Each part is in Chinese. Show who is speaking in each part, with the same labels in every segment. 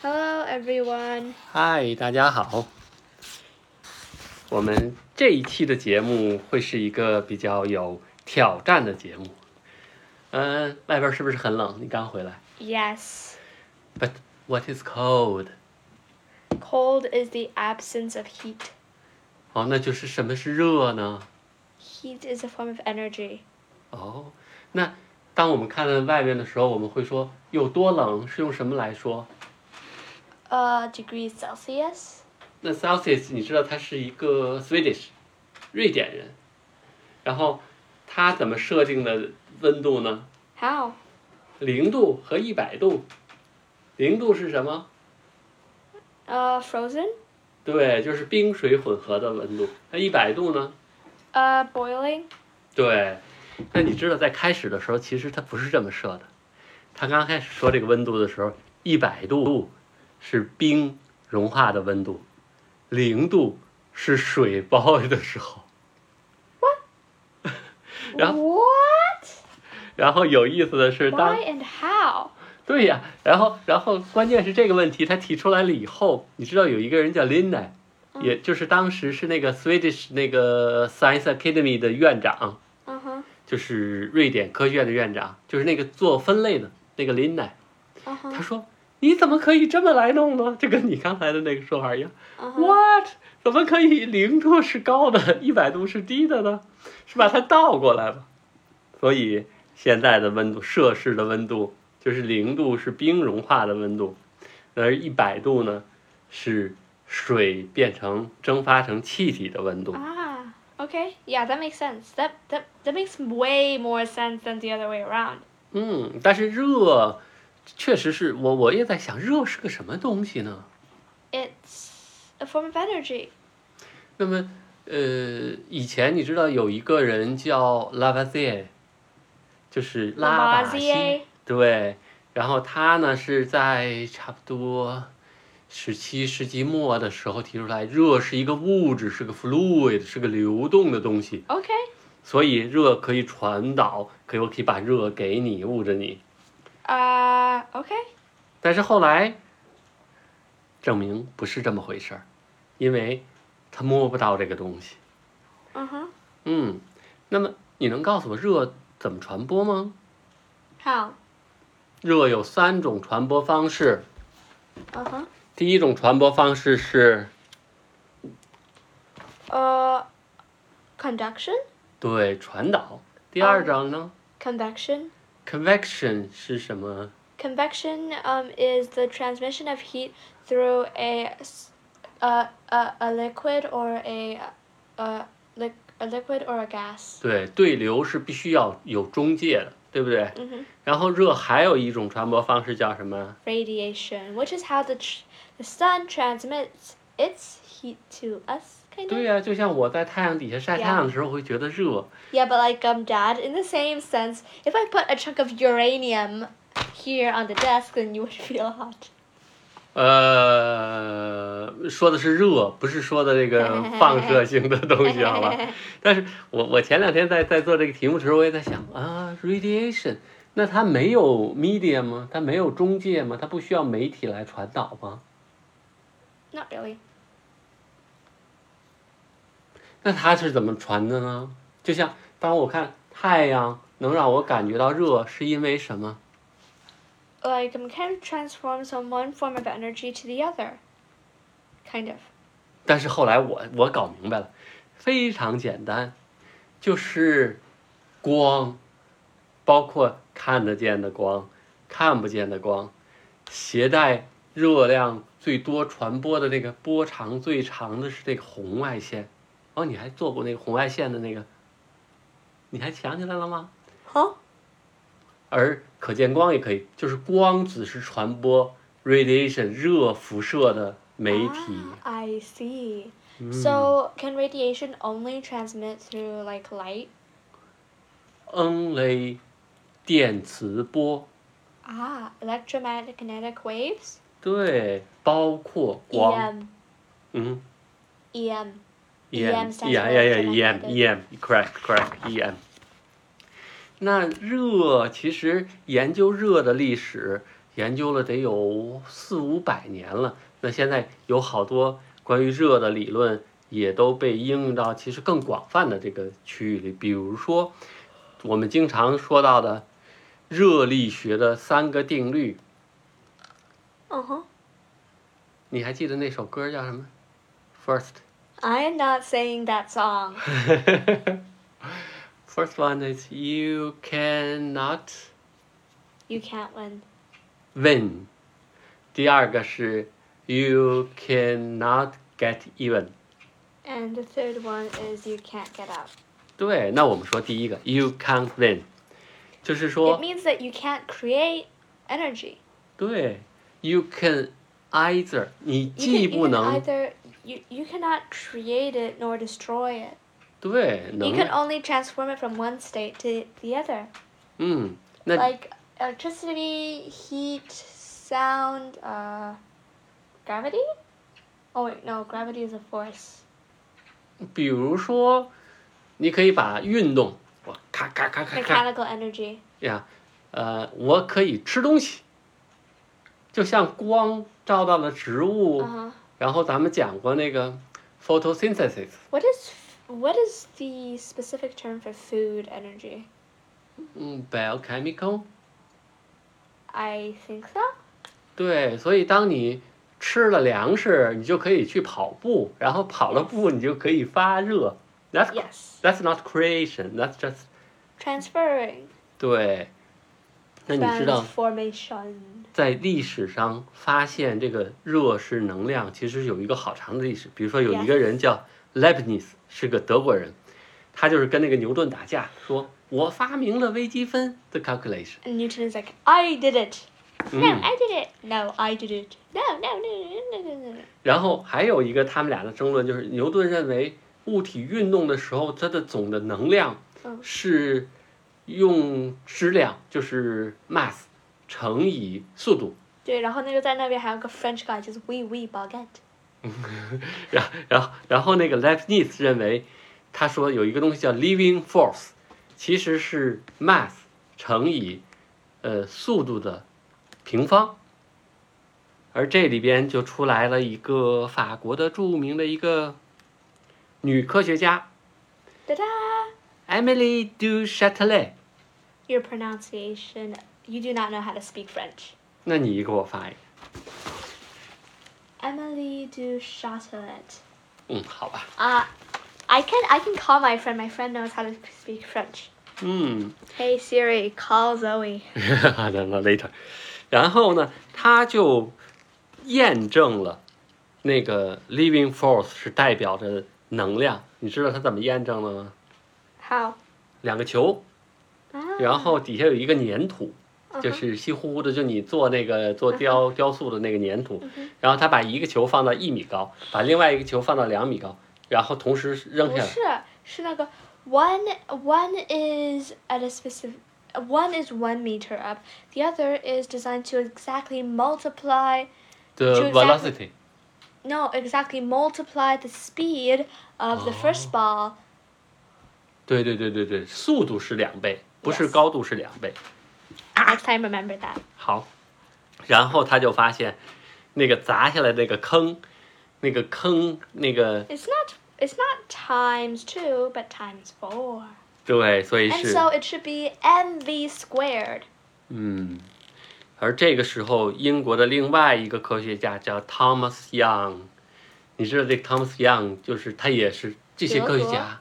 Speaker 1: Hello everyone，
Speaker 2: 嗨，大家好。我们这一期的节目会是一个比较有挑战的节目。嗯、外边是不是很冷？你刚回来。
Speaker 1: yes,
Speaker 2: But what is cold？
Speaker 1: cold is the absence of heat.
Speaker 2: 哦，那就是什么是热呢？
Speaker 1: Heat is a form of energy.
Speaker 2: 哦，那当我们看到外面的时候，我们会说有多冷是用什么来说？
Speaker 1: Uh, degrees Celsius.
Speaker 2: 那 Celsius 你知道他是一个 Swedish 瑞典人，然后他怎么设定的温度呢？
Speaker 1: How?
Speaker 2: 零度和一百度。零度是什么？
Speaker 1: Uh, frozen.
Speaker 2: 对，就是冰水混合的温度。那一百度呢？
Speaker 1: Uh, boiling.
Speaker 2: 对，那你知道在开始的时候，其实它不是这么设的。他刚开始说这个温度的时候，一百度是冰融化的温度，零度是水包的时候。Yeah.
Speaker 1: What?
Speaker 2: 然后有意思的是，当
Speaker 1: Why and how?
Speaker 2: 对呀，然后然后关键是这个问题他提出来了以后，你知道有一个人叫 Linda，也就是当时是那个 Swedish 那个 Science Academy 的院长，
Speaker 1: Uh huh.
Speaker 2: 就是瑞典科学院的院长，就是那个做分类的那个 Linda，
Speaker 1: Uh huh.
Speaker 2: 他说你怎么可以这么来弄呢？就跟你刚才的那个说法一样
Speaker 1: Uh huh.
Speaker 2: ，What？怎么可以零度是高的， 一百度是低的呢？是把它倒过来吧。所以现在的温度，摄氏的温度就是零度是冰融化的温度，而一百度呢是水变成蒸发成气体的温度。
Speaker 1: Ah. Okay. Yeah, that makes sense. That that that makes way more sense than the other way around.
Speaker 2: 嗯，但是热确实是我我也在想，热是个什么东西呢？
Speaker 1: It's a form of energy.
Speaker 2: 那么，呃，以前你知道有一个人叫拉瓦谢，就是拉瓦西，
Speaker 1: Lavoisier.
Speaker 2: 对。然后他呢是在差不多十七世纪末的时候提出来，热是一个物质，是个 fluid，是个流动的东西，
Speaker 1: Okay.
Speaker 2: 所以热可以传导，可以我可以把热给你，捂着你。
Speaker 1: Uh. Okay.
Speaker 2: 但是后来证明不是这么回事儿，因为他摸不到这个东西。
Speaker 1: Uh huh.
Speaker 2: 嗯，那么你能告诉我热怎么传播吗？
Speaker 1: How?
Speaker 2: 热有三种传播方式，
Speaker 1: Uh huh.
Speaker 2: 第一种传播方式是
Speaker 1: Uh, conduction?
Speaker 2: 对传导，第二种呢、
Speaker 1: Convection?
Speaker 2: c o n v e c t i o n 是什么？
Speaker 1: Convection um, is the transmission of heat through a, s- a, a, a liquid or a, a, li- a liquid or a gas.
Speaker 2: 对，对流是必须要有中介的，对不对？
Speaker 1: Mhm.
Speaker 2: 然后热还有一种传播方式叫什么？
Speaker 1: Radiation, which is how the, tr- the sun transmits its heat to us, kind of.
Speaker 2: 对呀、就像我在太阳底下晒太阳的时候，会觉得热。
Speaker 1: Yeah, but like, um, Dad, in the same sense, if I put a chunk of uranium here on the desk, then you would feel hot.
Speaker 2: 呃，说的是热，不是说的这个放射性的东西，好吧？但是我我前两天在在做这个题目的时候，我也在想啊，radiation，那它没有 media 吗？它没有中介吗？它不需要媒体来传导吗？
Speaker 1: Not really.
Speaker 2: 那它是怎么传的呢？就像当我看太阳能让我感觉到热，是因为什么？
Speaker 1: like um, kind of transforms from one form of energy to the other. Kind of.
Speaker 2: 但是后来我我搞明白了，非常简单，就是光，包括看得见的光、看不见的光，携带热量最多传播的那个波长最长的是那个红外线。哦，你还做过那个红外线的那个，你还想起来了吗？
Speaker 1: Huh?
Speaker 2: 而可见光也可以，就是光只是传播 radiation 热辐射的媒体。
Speaker 1: Ah, I see.
Speaker 2: Hmm.
Speaker 1: So can radiation only transmit through like light?
Speaker 2: only 电磁波，
Speaker 1: Ah, electromagnetic waves? E
Speaker 2: 对，包括光，
Speaker 1: EM.
Speaker 2: 嗯
Speaker 1: EM. EM
Speaker 2: ，EM，
Speaker 1: E stands for
Speaker 2: E yeah E yeah yeah
Speaker 1: electromagnetic.
Speaker 2: EM，EM，correct correct，EM。那热其实研究热的历史研究了得有四五百年了。那现在有好多关于热的理论也都被应用到其实更广泛的这个区域里，比如说我们经常说到的热力学的三个定律。
Speaker 1: Uh huh.
Speaker 2: 你还记得那首歌叫什么？First。
Speaker 1: I am not saying that song.
Speaker 2: First one is you cannot
Speaker 1: You can't win.
Speaker 2: win，第二个是 you cannot get even。
Speaker 1: And the third one is you can't get out.
Speaker 2: 对，那我们说第一个 you can't win，就是
Speaker 1: It
Speaker 2: 说
Speaker 1: means that you can't create energy.
Speaker 2: 对 you can either，你
Speaker 1: You
Speaker 2: 既
Speaker 1: can,
Speaker 2: 不
Speaker 1: you can
Speaker 2: 能
Speaker 1: either you, you cannot create it nor destroy it.
Speaker 2: 对
Speaker 1: You can
Speaker 2: 能
Speaker 1: only transform it from one state to the other.
Speaker 2: 嗯，那
Speaker 1: Like electricity, heat, sound, uh, gravity? Oh wait, no, gravity is a force.
Speaker 2: 比如说你可以把运动，我咔咔咔咔咔
Speaker 1: Mechanical energy.
Speaker 2: 呀，呃，我可以吃东西，就像光照到了植物。
Speaker 1: Uh huh.
Speaker 2: 然后咱们讲过那个 photosynthesis，
Speaker 1: What is f- what is the specific term for food energy?
Speaker 2: 嗯，biochemical，
Speaker 1: I think so.
Speaker 2: 对，所以当你吃了粮食，你就可以去跑步，然后跑了步你就可以发热。That's
Speaker 1: Yes.
Speaker 2: that's not creation, that's just
Speaker 1: Transferring.
Speaker 2: 对。那你知道，
Speaker 1: Transformation.
Speaker 2: 在历史上发现这个热是能量，其实有一个好长的历史。比如说有一个人叫 Leibniz，是个德国人，他就是跟那个牛顿打架，说我发明了微积分的 calculation。
Speaker 1: And Newton is like, I did it. No,
Speaker 2: 嗯。
Speaker 1: I did it. No, I did it. No, no, no, no, no, no, no, no.
Speaker 2: 然后还有一个他们俩的争论就是，牛顿认为物体运动的时候，它的总的能量
Speaker 1: 嗯
Speaker 2: 是用质量，就是 mass 乘以速度。
Speaker 1: 对，然后那个在那边还有个 French guy 就是 oui oui baguette。
Speaker 2: 然然后然后那个 Leibniz 认为，他说有一个东西叫 living force，其实是 mass 乘以呃速度的平方。而这里边就出来了一个法国的著名的一个女科学家
Speaker 1: Ta-da!
Speaker 2: Emily du Châtelet，
Speaker 1: Your pronunciation. You do not know how to speak French.
Speaker 2: 那你给我发一个，
Speaker 1: Emily du Châtelet.
Speaker 2: 嗯，好吧，
Speaker 1: Uh, I can I can call my friend. My friend knows how to speak French.
Speaker 2: 嗯，
Speaker 1: Hey Siri, call Zoe.
Speaker 2: 等到 later，然后呢，他就验证了那个 living force 是代表着能量，你知道他怎么验证了吗？
Speaker 1: How?
Speaker 2: 两个球，
Speaker 1: Ah,
Speaker 2: 然后底下有一个粘土，
Speaker 1: uh-huh.
Speaker 2: 就是稀乎乎的，就你做那个做雕雕塑的那个粘土
Speaker 1: 哼，
Speaker 2: 然后他把一个球放到一米高，把另外一个球放到两米高，然后同时扔下来。
Speaker 1: 不是，是那个 one one is at a specific one is one meter up. The other is designed to exactly multiply
Speaker 2: The
Speaker 1: to exactly-
Speaker 2: velocity，
Speaker 1: no exactly multiply the speed of the first ball.
Speaker 2: 对对对对对，速度是两倍，不是
Speaker 1: Yes
Speaker 2: 高度是两倍。
Speaker 1: Next time, remember that.
Speaker 2: 好，然后他就发现那个砸下来那个坑，那个坑那个
Speaker 1: It's not it's not times two, but times four.
Speaker 2: 对，所以
Speaker 1: And
Speaker 2: 是
Speaker 1: so it should be mv squared.
Speaker 2: 嗯。而这个时候，英国的另外一个科学家叫 Thomas Young，你知道这 Thomas Young 就是他也是这些
Speaker 1: 德
Speaker 2: 科学
Speaker 1: 国
Speaker 2: 家，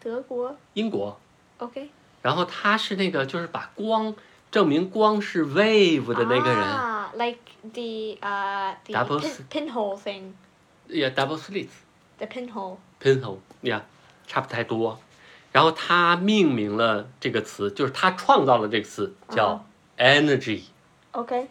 Speaker 1: 德国
Speaker 2: 英国。
Speaker 1: ，OK。
Speaker 2: 然后他是那个就是把光证明光是 wave 的那个人，
Speaker 1: Ah, like the uh the
Speaker 2: Double
Speaker 1: pin,
Speaker 2: s-
Speaker 1: pinhole thing,
Speaker 2: 也 double slits。
Speaker 1: the pinhole.
Speaker 2: pinhole 呀、差不太多。然后他命名了这个词，就是他创造了这个词叫 energy。
Speaker 1: Okay.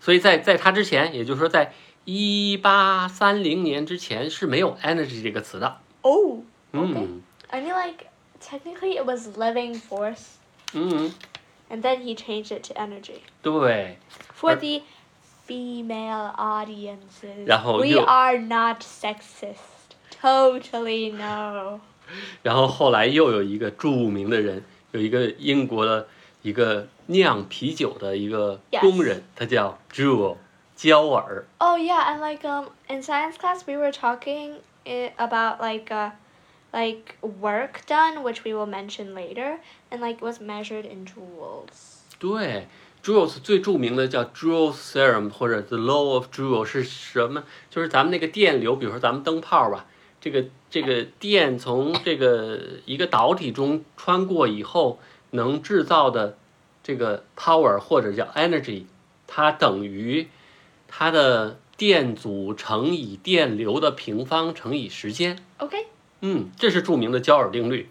Speaker 2: 所以在在他之前，也就是说在一八三零年之前是没有 energy 这个词的。
Speaker 1: Oh.
Speaker 2: 嗯
Speaker 1: I mean, like technically it was living force,
Speaker 2: 嗯，
Speaker 1: and then he changed it to energy
Speaker 2: 对
Speaker 1: for
Speaker 2: Or-
Speaker 1: the female audiences.
Speaker 2: 然后
Speaker 1: we
Speaker 2: 又-
Speaker 1: are not sexist. Totally no.
Speaker 2: 然后后来又有一个著名的人，有一个英国的一一个酿啤酒的一个
Speaker 1: Yes
Speaker 2: 工人，他叫 Jewel 焦耳。
Speaker 1: Oh yeah, and like um in science class we were talking i about like uh like work done, which we will mention later, and like was measured in joules.
Speaker 2: 对，Jules 最著名的叫 Jules theorem 或者 the law of Jules 是什么？就是咱们那个电流，比如说咱们灯泡吧，这个这个电从这个一个导体中穿过以后，能制造的这个 power 或者叫 energy，它等于它的电阻乘以电流的平方乘以时间。
Speaker 1: Okay.
Speaker 2: 嗯，这是著名的焦耳定律。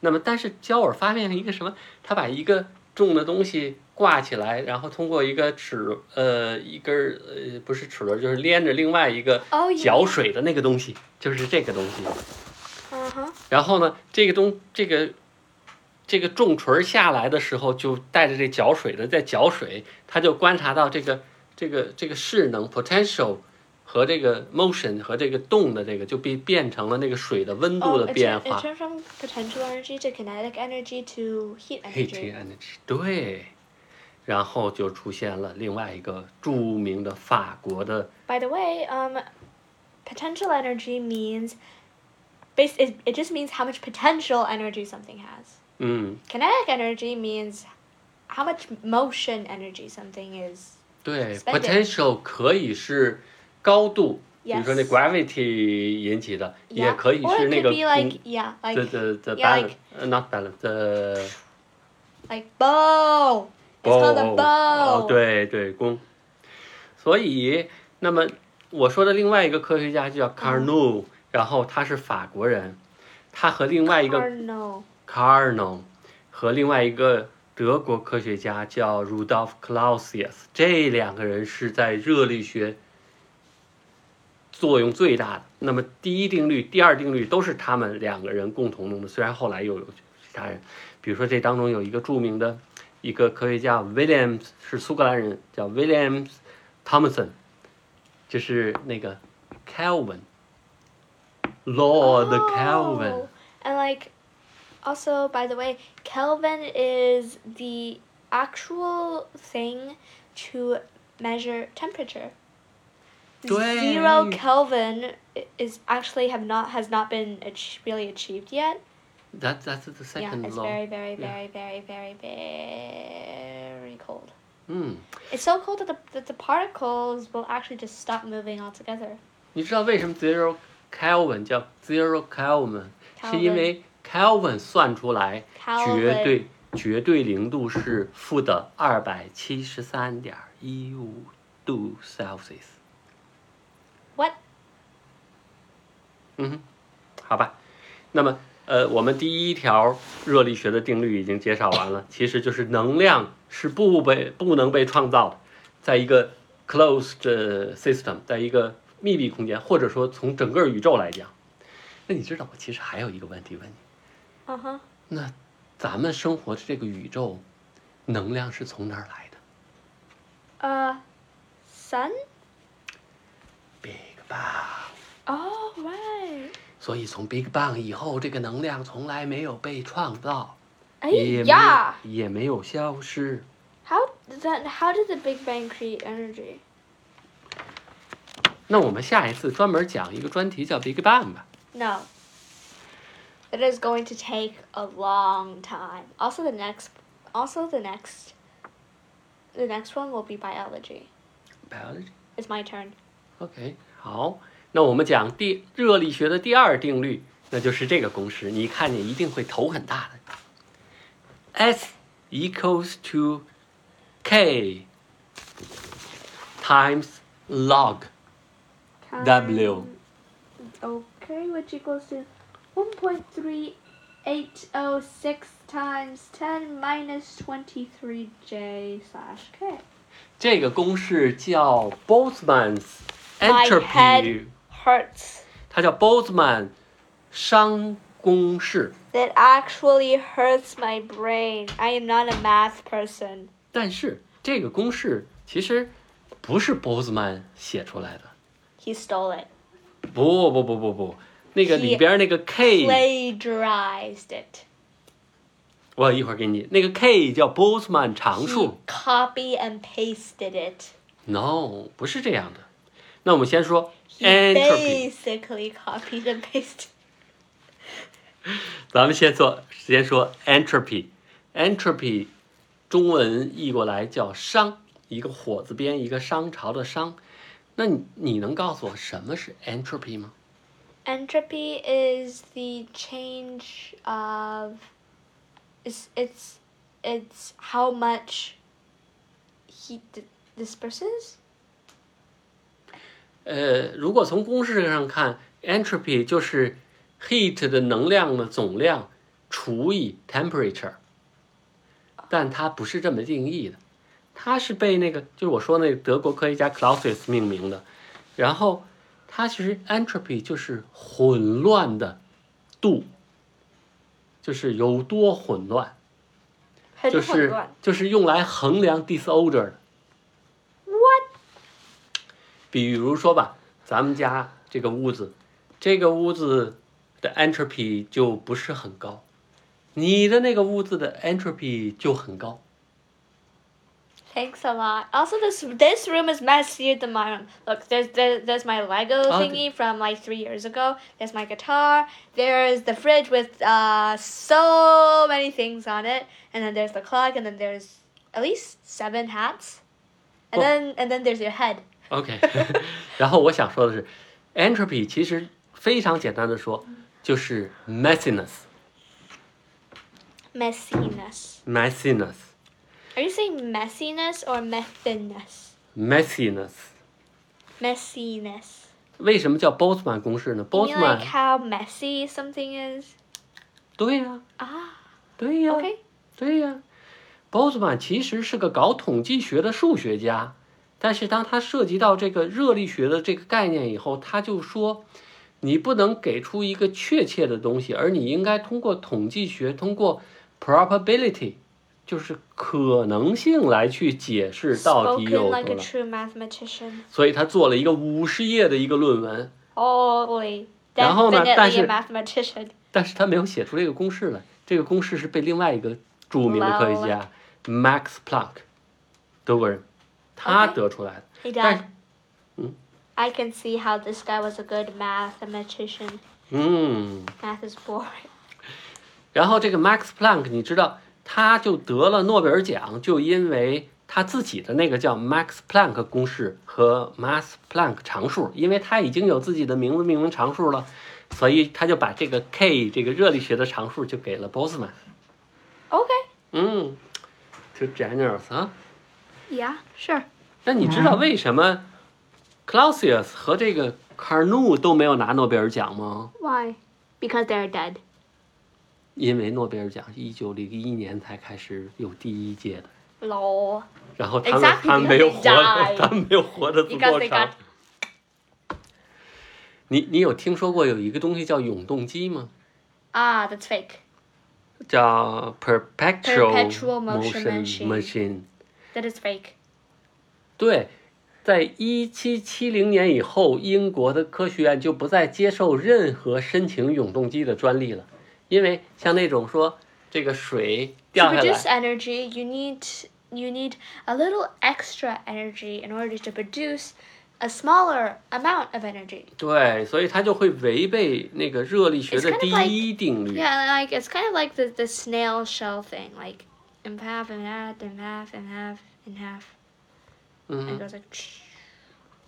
Speaker 2: 那么，但是焦耳发现了一个什么？他把一个重的东西挂起来，然后通过一个齿呃一根儿呃不是齿轮，就是连着另外一个
Speaker 1: Oh yeah.
Speaker 2: 搅水的那个东西，就是这个东西。
Speaker 1: Uh huh.
Speaker 2: 然后呢，这个东这个这个重锤下来的时候，就带着这搅水的在搅水，他就观察到这个这个这个势能 potential 和这个 motion 和这个动的这个就变变成了那个水的温度
Speaker 1: Oh,
Speaker 2: 的
Speaker 1: it,
Speaker 2: 变
Speaker 1: turn, it
Speaker 2: 化。
Speaker 1: turned from potential energy to kinetic energy to heat
Speaker 2: heat
Speaker 1: energy.
Speaker 2: energy 对，然后就出现了另外一个著名的法国的
Speaker 1: By the way, um, potential energy means, bas- it, it just means how much potential energy something has.
Speaker 2: 嗯
Speaker 1: Kinetic energy means how much motion energy something is.
Speaker 2: 对
Speaker 1: Spend it
Speaker 2: potential 可以是高度。比如说那
Speaker 1: Yes.
Speaker 2: gravity 引起的
Speaker 1: Yeah.
Speaker 2: 也可以
Speaker 1: or
Speaker 2: 是
Speaker 1: it
Speaker 2: 那
Speaker 1: could
Speaker 2: 个
Speaker 1: be like yeah, like
Speaker 2: the the the
Speaker 1: yeah,
Speaker 2: balance,
Speaker 1: like-
Speaker 2: uh, not balance, the
Speaker 1: like bow. It's called a
Speaker 2: 弓。
Speaker 1: bow. Oh,
Speaker 2: 哦，对对，弓。所以，那么我说的另外一个科学家就叫 Carnot，、然
Speaker 1: 嗯
Speaker 2: 后他是法国人，他和另外一个
Speaker 1: Cardinal.
Speaker 2: Carnot 和另外一个德国科学家叫 Rudolf Clausius，这两个人是在热力学作用最大的。那么第一定律、第二定律都是他们两个人共同弄的，虽然后来又有其他人，比如说这当中有一个著名的一个科学家 Williams 是苏格兰人，叫 Williams Thomson，就是那个 Calvin。Law of the Calvin，、
Speaker 1: Oh, And like, also by the way, Kelvin is the actual thing to measure temperature. Zero
Speaker 2: 对。
Speaker 1: Kelvin i- is actually have not has not been ach- really achieved yet.
Speaker 2: That that's the second
Speaker 1: yeah, it's
Speaker 2: law.
Speaker 1: very very
Speaker 2: Yeah.
Speaker 1: very very very very cold.
Speaker 2: 嗯，
Speaker 1: It's so cold that the that the particles will actually just stop moving altogether.
Speaker 2: 你知道为什么 zero Kelvin 叫 zero Kelvin？是因
Speaker 1: Kelvin
Speaker 2: 为 Kelvin 算出来
Speaker 1: Kelvin
Speaker 2: 绝对绝对零度是负的二百七十三点一五度 Celsius。
Speaker 1: What?
Speaker 2: 嗯哼，好吧。那么，呃，我们第一条热力学的定律已经介绍完了，其实就是能量是不被不能被创造的，在一个 closed 呃 system，在一个密闭空间，或者说从整个宇宙来讲。那你知道，我其实还有一个问题问你：
Speaker 1: Uh huh.
Speaker 2: 那咱们生活的这个宇宙，能量是从哪儿来的
Speaker 1: Uh, sun.
Speaker 2: ？Big Bang。
Speaker 1: Oh right.
Speaker 2: 所以从 Big Bang 以后，这个能量从来没有被创造，也
Speaker 1: Hey,
Speaker 2: 没有
Speaker 1: yeah.
Speaker 2: 也没有消失。
Speaker 1: How did that? How did the Big Bang create energy?
Speaker 2: 那我们下一次专门讲一个专题叫 Big Bang 吧。
Speaker 1: No. It is going to take a long time. Also, the next, also the next, the next one will be biology.
Speaker 2: Biology。
Speaker 1: It's my turn.
Speaker 2: OK，好，那我们讲第热力学的第二定律，那就是这个公式，你一看见一定会头很大的。S equals to k times log W.
Speaker 1: Okay, which equals to one point three eight oh six times ten minus twenty three j slash k.
Speaker 2: 这个公式叫 Boltzmann's
Speaker 1: My
Speaker 2: entropy，
Speaker 1: head Hurts.
Speaker 2: 它叫 Boltzmann 熵公式。
Speaker 1: That actually hurts my brain. I am not a math person.
Speaker 2: 但是这个公式其实不是 Boltzmann 写出来的，
Speaker 1: He stole it.
Speaker 2: 不不不不不，那个里边那个 k
Speaker 1: Plagiarized it.
Speaker 2: 我一会儿给你那个 k 叫 Boltzmann 常
Speaker 1: He
Speaker 2: 数。
Speaker 1: copy and pasted it.
Speaker 2: No，不是这样的。那我们先说
Speaker 1: He
Speaker 2: entropy，
Speaker 1: basically copied and pasted.
Speaker 2: 咱们先做先说 entropy。entropy 中文译过来叫商，一个火字边，一个商朝的商。那你你能告诉我什么是 entropy 吗？
Speaker 1: Entropy is the change of. It's it's it's how much heat di- disperses.
Speaker 2: 呃，如果从公式上看，entropy 就是 heat 的能量的总量除以 temperature，但它不是这么定义的，它是被那个就是我说那个德国科学家 Clausius 命名的。然后它其实 entropy 就是混乱的度，就是有多混乱，就是
Speaker 1: 很混乱。
Speaker 2: 就是用来衡量 disorder 的。
Speaker 1: What?
Speaker 2: 比如说吧，咱们家这个屋子，这个屋子的 entropy 就不是很高，你的那个屋子的 entropy 就很高。
Speaker 1: Thanks a lot. Also, this this room is messier than my room. Look, there's there, there's my Lego
Speaker 2: Oh, the-
Speaker 1: thingy from like three years ago. There's my guitar. There's the fridge with uh so many things on it, and then there's the clock, and then there's at least seven hats, and
Speaker 2: Oh.
Speaker 1: then and then there's your head.
Speaker 2: OK，然 后我想说的是，entropy 其实非常简单的说，就是 messiness
Speaker 1: Messiness.
Speaker 2: messiness
Speaker 1: Are you saying messiness or methiness?
Speaker 2: messiness。
Speaker 1: Messiness.
Speaker 2: 为什么叫 Boltzmann 公式呢
Speaker 1: You mean like
Speaker 2: ？Boltzmann
Speaker 1: how messy something is?
Speaker 2: 对呀、
Speaker 1: Ah,
Speaker 2: 对呀、
Speaker 1: okay.
Speaker 2: 对呀、b o l t z m a n 其实是个搞统计学的数学家，但是当他涉及到这个热力学的这个概念以后，他就说，你不能给出一个确切的东西，而你应该通过统计学，通过 probability，就是可能性来去解释到底
Speaker 1: Spoken
Speaker 2: 有
Speaker 1: like
Speaker 2: 多
Speaker 1: a
Speaker 2: 了。
Speaker 1: true mathematician.
Speaker 2: 所以他做了一个五十页的一个论文，
Speaker 1: Holy.
Speaker 2: 然后呢，
Speaker 1: Definitely a
Speaker 2: 但是-
Speaker 1: mathematician.
Speaker 2: 但是他没有写出这个公式来。这个公式是被另外一个著名的科学家 Max Planck，德国人，他
Speaker 1: OK
Speaker 2: 得出来的。
Speaker 1: Hey,
Speaker 2: 但
Speaker 1: Dad.
Speaker 2: 是，
Speaker 1: I can see how this guy was a good mathematician.
Speaker 2: 嗯，
Speaker 1: Math is boring.
Speaker 2: 然后这个 Max Planck，你知道，他就得了诺贝尔奖，就因为他自己的那个叫 Max Planck 公式和 Max Planck 常数，因为他已经有自己的名字命名常数了，所以他就把这个 k 这个热力学的常数就给了 Boltzmann。
Speaker 1: Okay.
Speaker 2: 嗯，too generous 啊。
Speaker 1: Yeah, sure.
Speaker 2: 那你知道为什么 Clausius 和这个 Carnot 都没有拿诺贝尔奖吗？
Speaker 1: Why? Because they're dead.
Speaker 2: 因为诺贝尔奖是一九零一年才开始有第一届的，
Speaker 1: Lol.
Speaker 2: 然后他们
Speaker 1: Exactly,
Speaker 2: 他们没有活
Speaker 1: because they
Speaker 2: 的
Speaker 1: die.，
Speaker 2: 他们没有活的足
Speaker 1: Because
Speaker 2: 够
Speaker 1: they
Speaker 2: 长
Speaker 1: got-。
Speaker 2: 你你有听说过有一个东西叫永动机吗？
Speaker 1: Ah, that's fake.
Speaker 2: 叫 perpetual
Speaker 1: Perpetual motion machine
Speaker 2: machine。
Speaker 1: That is fake.
Speaker 2: 对，在一七七零年以后，英国的科学院就不再接受任何申请永动机的专利了，因为像那种说这个水
Speaker 1: To
Speaker 2: 掉下
Speaker 1: produce
Speaker 2: 来，
Speaker 1: energy, you need you need a little extra energy in order to produce a smaller amount of energy.
Speaker 2: 对，所以它就会违背那个热力学
Speaker 1: It's
Speaker 2: 的
Speaker 1: kind of
Speaker 2: 第
Speaker 1: like- 啊
Speaker 2: 一定律。
Speaker 1: Yeah, and, like it's kind of like the the snail shell thing, like in half and half and half and half and half,
Speaker 2: 嗯
Speaker 1: and it
Speaker 2: 哼
Speaker 1: goes like.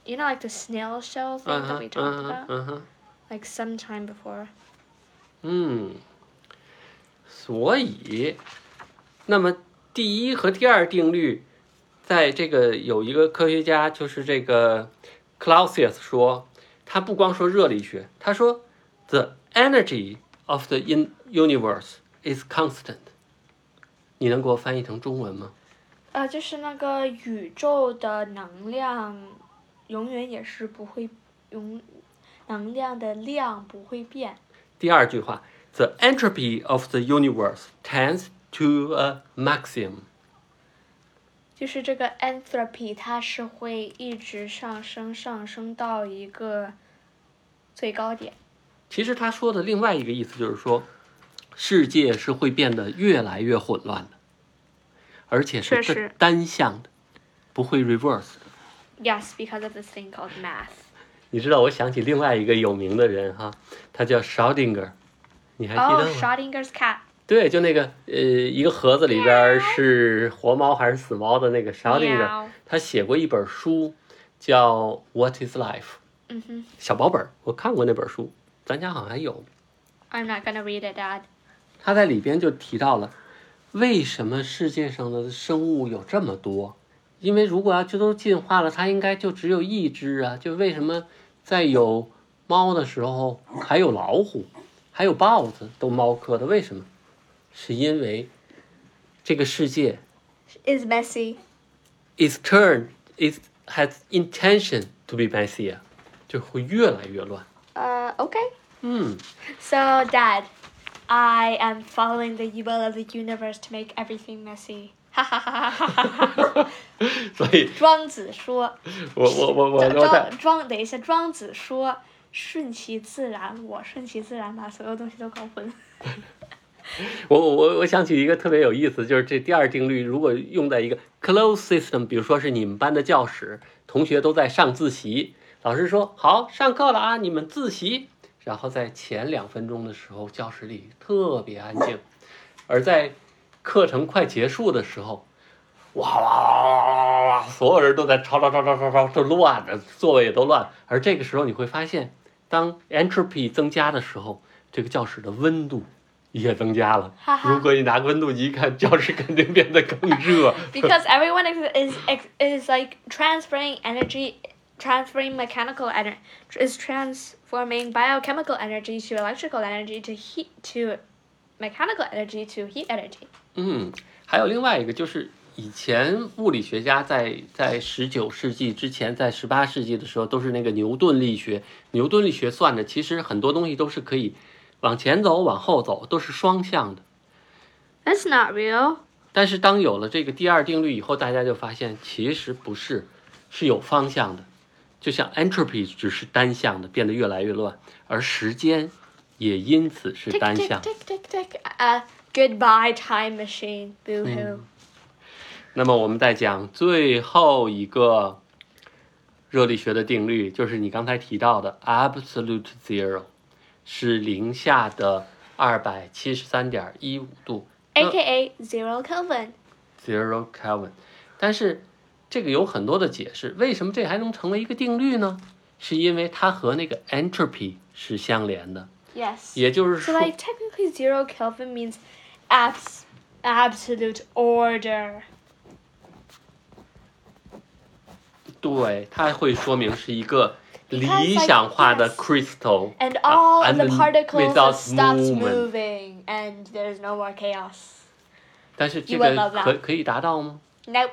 Speaker 1: You know, like the snail shell thing that
Speaker 2: 嗯哼
Speaker 1: we
Speaker 2: 嗯
Speaker 1: talked
Speaker 2: 哼
Speaker 1: about,
Speaker 2: 嗯哼
Speaker 1: like sometime before.
Speaker 2: 嗯，所以，那么第一和第二定律，在这个有一个科学家就是这个 Clausius 说，他不光说热力学，他说 the energy of the in universe is constant。你能给我翻译成中文吗？
Speaker 1: 呃，Uh, 就是那个宇宙的能量，永远也是不会永，能量的量不会变。
Speaker 2: 第二句话，the entropy of the universe tends to a maximum。
Speaker 1: 就是这个 entropy，它是会一直上升，上升到一个最高点。
Speaker 2: 其实他说的另外一个意思就是说，世界是会变得越来越混乱的，而且是
Speaker 1: 确
Speaker 2: 单
Speaker 1: 实
Speaker 2: 单向的，不会 reverse 的。
Speaker 1: Yes, because of this thing called math.
Speaker 2: 你知道，我想起另外一个有名的人哈，他叫 Schrodinger，你还记
Speaker 1: Oh,
Speaker 2: 得吗？
Speaker 1: Schrodinger's cat.
Speaker 2: 对，就那个呃，一个盒子里边儿是活猫还是死猫的那个 Schrodinger，
Speaker 1: Meow.
Speaker 2: 他写过一本书叫《What Is Life》
Speaker 1: Mhm.
Speaker 2: 小薄本儿，我看过那本书，咱家好像还有。
Speaker 1: I'm not gonna read it, Dad.
Speaker 2: 他在里边就提到了，为什么世界上的生物有这么多？因为如果要就都进化了，它应该就只有一只啊。就为什么在有猫的时候，还有老虎，还有豹子都猫科的？为什么？是因为这个世界
Speaker 1: Is messy.
Speaker 2: is turned is has intention to be messy，啊就会越来越乱。
Speaker 1: Uh, okay.
Speaker 2: 嗯，
Speaker 1: So, Dad, I am following the will of the universe to make everything messy.
Speaker 2: 所以
Speaker 1: 庄子说。
Speaker 2: 我我我我我在
Speaker 1: 庄庄等一下，庄子说顺其自然，我顺其自然把所有东西都搞混。
Speaker 2: 我我我我想起一个特别有意思，就是这第二定律，如果用在一个 closed system，比如说是你们班的教室，同学都在上自习，老师说好上课了啊，你们自习，然后在前两分钟的时候，教室里特别安静，而在课程快结束的时候，哇哇哇哇哇哇，所有人都在吵吵吵吵吵吵，都乱的，座位也都乱，而这个时候你会发现，当 entropy 增加的时候，这个教室的温度。也增加了。
Speaker 1: 哈哈
Speaker 2: 如果你拿温度仪看，教室肯定变得更热。
Speaker 1: Because everyone is is is like transferring energy, transferring mechanical energy is transforming biochemical energy to electrical energy to heat to mechanical energy to heat energy.
Speaker 2: 嗯，还有另外一个就是，以前物理学家在在十九世纪之前，在十八世纪的时候，都是那个牛顿力学。牛顿力学算的，其实很多东西都是可以往前走、往后走，都是双向的。
Speaker 1: That's not real.
Speaker 2: 但是当有了这个第二定律以后，大家就发现其实不是，是有方向的。就像 entropy 只是单向的，变得越来越乱，而时间也因此是
Speaker 1: Tick
Speaker 2: 单
Speaker 1: tick
Speaker 2: 向。
Speaker 1: tick tick tick. Uh, goodbye time machine. Boo hoo.
Speaker 2: 那么我们再讲最后一个热力学的定律，就是你刚才提到的 absolute zero，是零下的二百七十三点一五度
Speaker 1: AKA zero Kelvin.
Speaker 2: zero Kelvin。但是这个有很多的解释，为什么这还能成为一个定律呢？是因为它和那个 entropy 是相连的，
Speaker 1: Yes.
Speaker 2: 也就是
Speaker 1: So
Speaker 2: 说，
Speaker 1: like technically zero Kelvin means abs- absolute order.
Speaker 2: 对，它会说明是一个理
Speaker 1: Because, like,
Speaker 2: 想化的
Speaker 1: yes.
Speaker 2: crystal。
Speaker 1: And all
Speaker 2: and
Speaker 1: of the
Speaker 2: then
Speaker 1: particles
Speaker 2: without
Speaker 1: have stopped
Speaker 2: movement.
Speaker 1: moving and there's no more chaos.
Speaker 2: 但是这
Speaker 1: You will
Speaker 2: 个
Speaker 1: love
Speaker 2: 可
Speaker 1: that.
Speaker 2: 可以达到吗？
Speaker 1: Nope.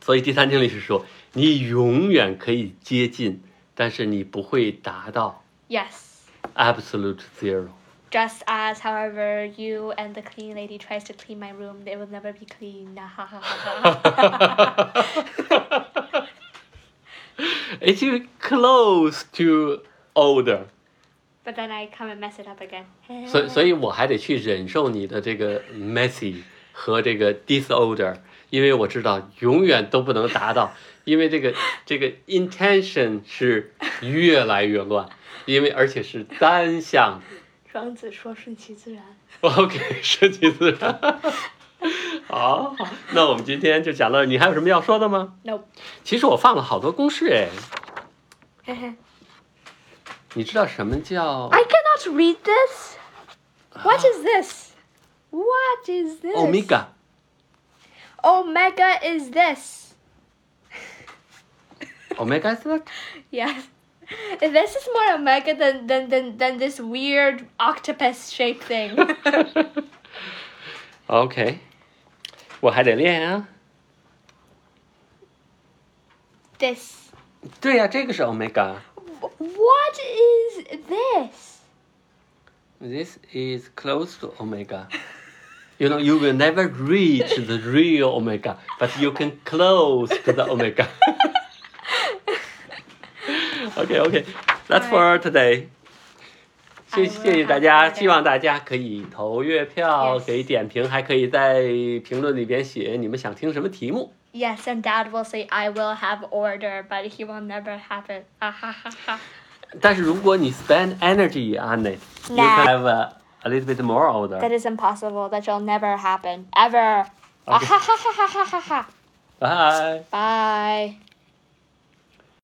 Speaker 2: 所以第三定律是说，你永远可以接近，但是你不会达到
Speaker 1: Yes.
Speaker 2: absolute zero。
Speaker 1: Just as however you and the clean lady tries to clean my room, it will never be clean. Ha, ha, ha, ha.
Speaker 2: 哎，这个 close to order，
Speaker 1: but then I come and mess it up again.
Speaker 2: 所以所以我还得去忍受你的这个 messy 和这个 disorder，因为我知道永远都不能达到，因为这个这个 intention 是越来越乱，因为而且是单向的
Speaker 1: 庄子说顺其自然。
Speaker 2: OK，顺其自然。 好，好那我们今天就讲到这儿。你还有什么要说的吗？
Speaker 1: Nope.
Speaker 2: 其实我放了好多公式哎，你知道什么叫
Speaker 1: I cannot read this. What is this? What is this?
Speaker 2: omega？
Speaker 1: Omega is this.
Speaker 2: omega is what？
Speaker 1: Yes. This is more omega than than than, than this weird octopus shaped thing.
Speaker 2: OK，我还得练啊。
Speaker 1: this.
Speaker 2: 对呀、这个是 omega。
Speaker 1: What is this?
Speaker 2: This is close to omega. You know, you will never reach the real omega, but you can close to the omega. okay, okay. That's for today. 谢
Speaker 1: I
Speaker 2: 谢谢
Speaker 1: will
Speaker 2: 大
Speaker 1: have
Speaker 2: 家，
Speaker 1: to
Speaker 2: 希望大家可以投月票，
Speaker 1: Yes
Speaker 2: 给点评，还可以在评论里边写你们想听什么题目。
Speaker 1: Yes, and Dad will say I will have order, but he will never have it. Ah, ha ha ha.
Speaker 2: 但是如果你 spend energy on it，you can
Speaker 1: Nah.
Speaker 2: have a, a little bit more order
Speaker 1: That is impossible. That shall never happen ever. Ah,
Speaker 2: Okay.
Speaker 1: ha ha ha ha ha ha ha.
Speaker 2: Bye.
Speaker 1: Bye.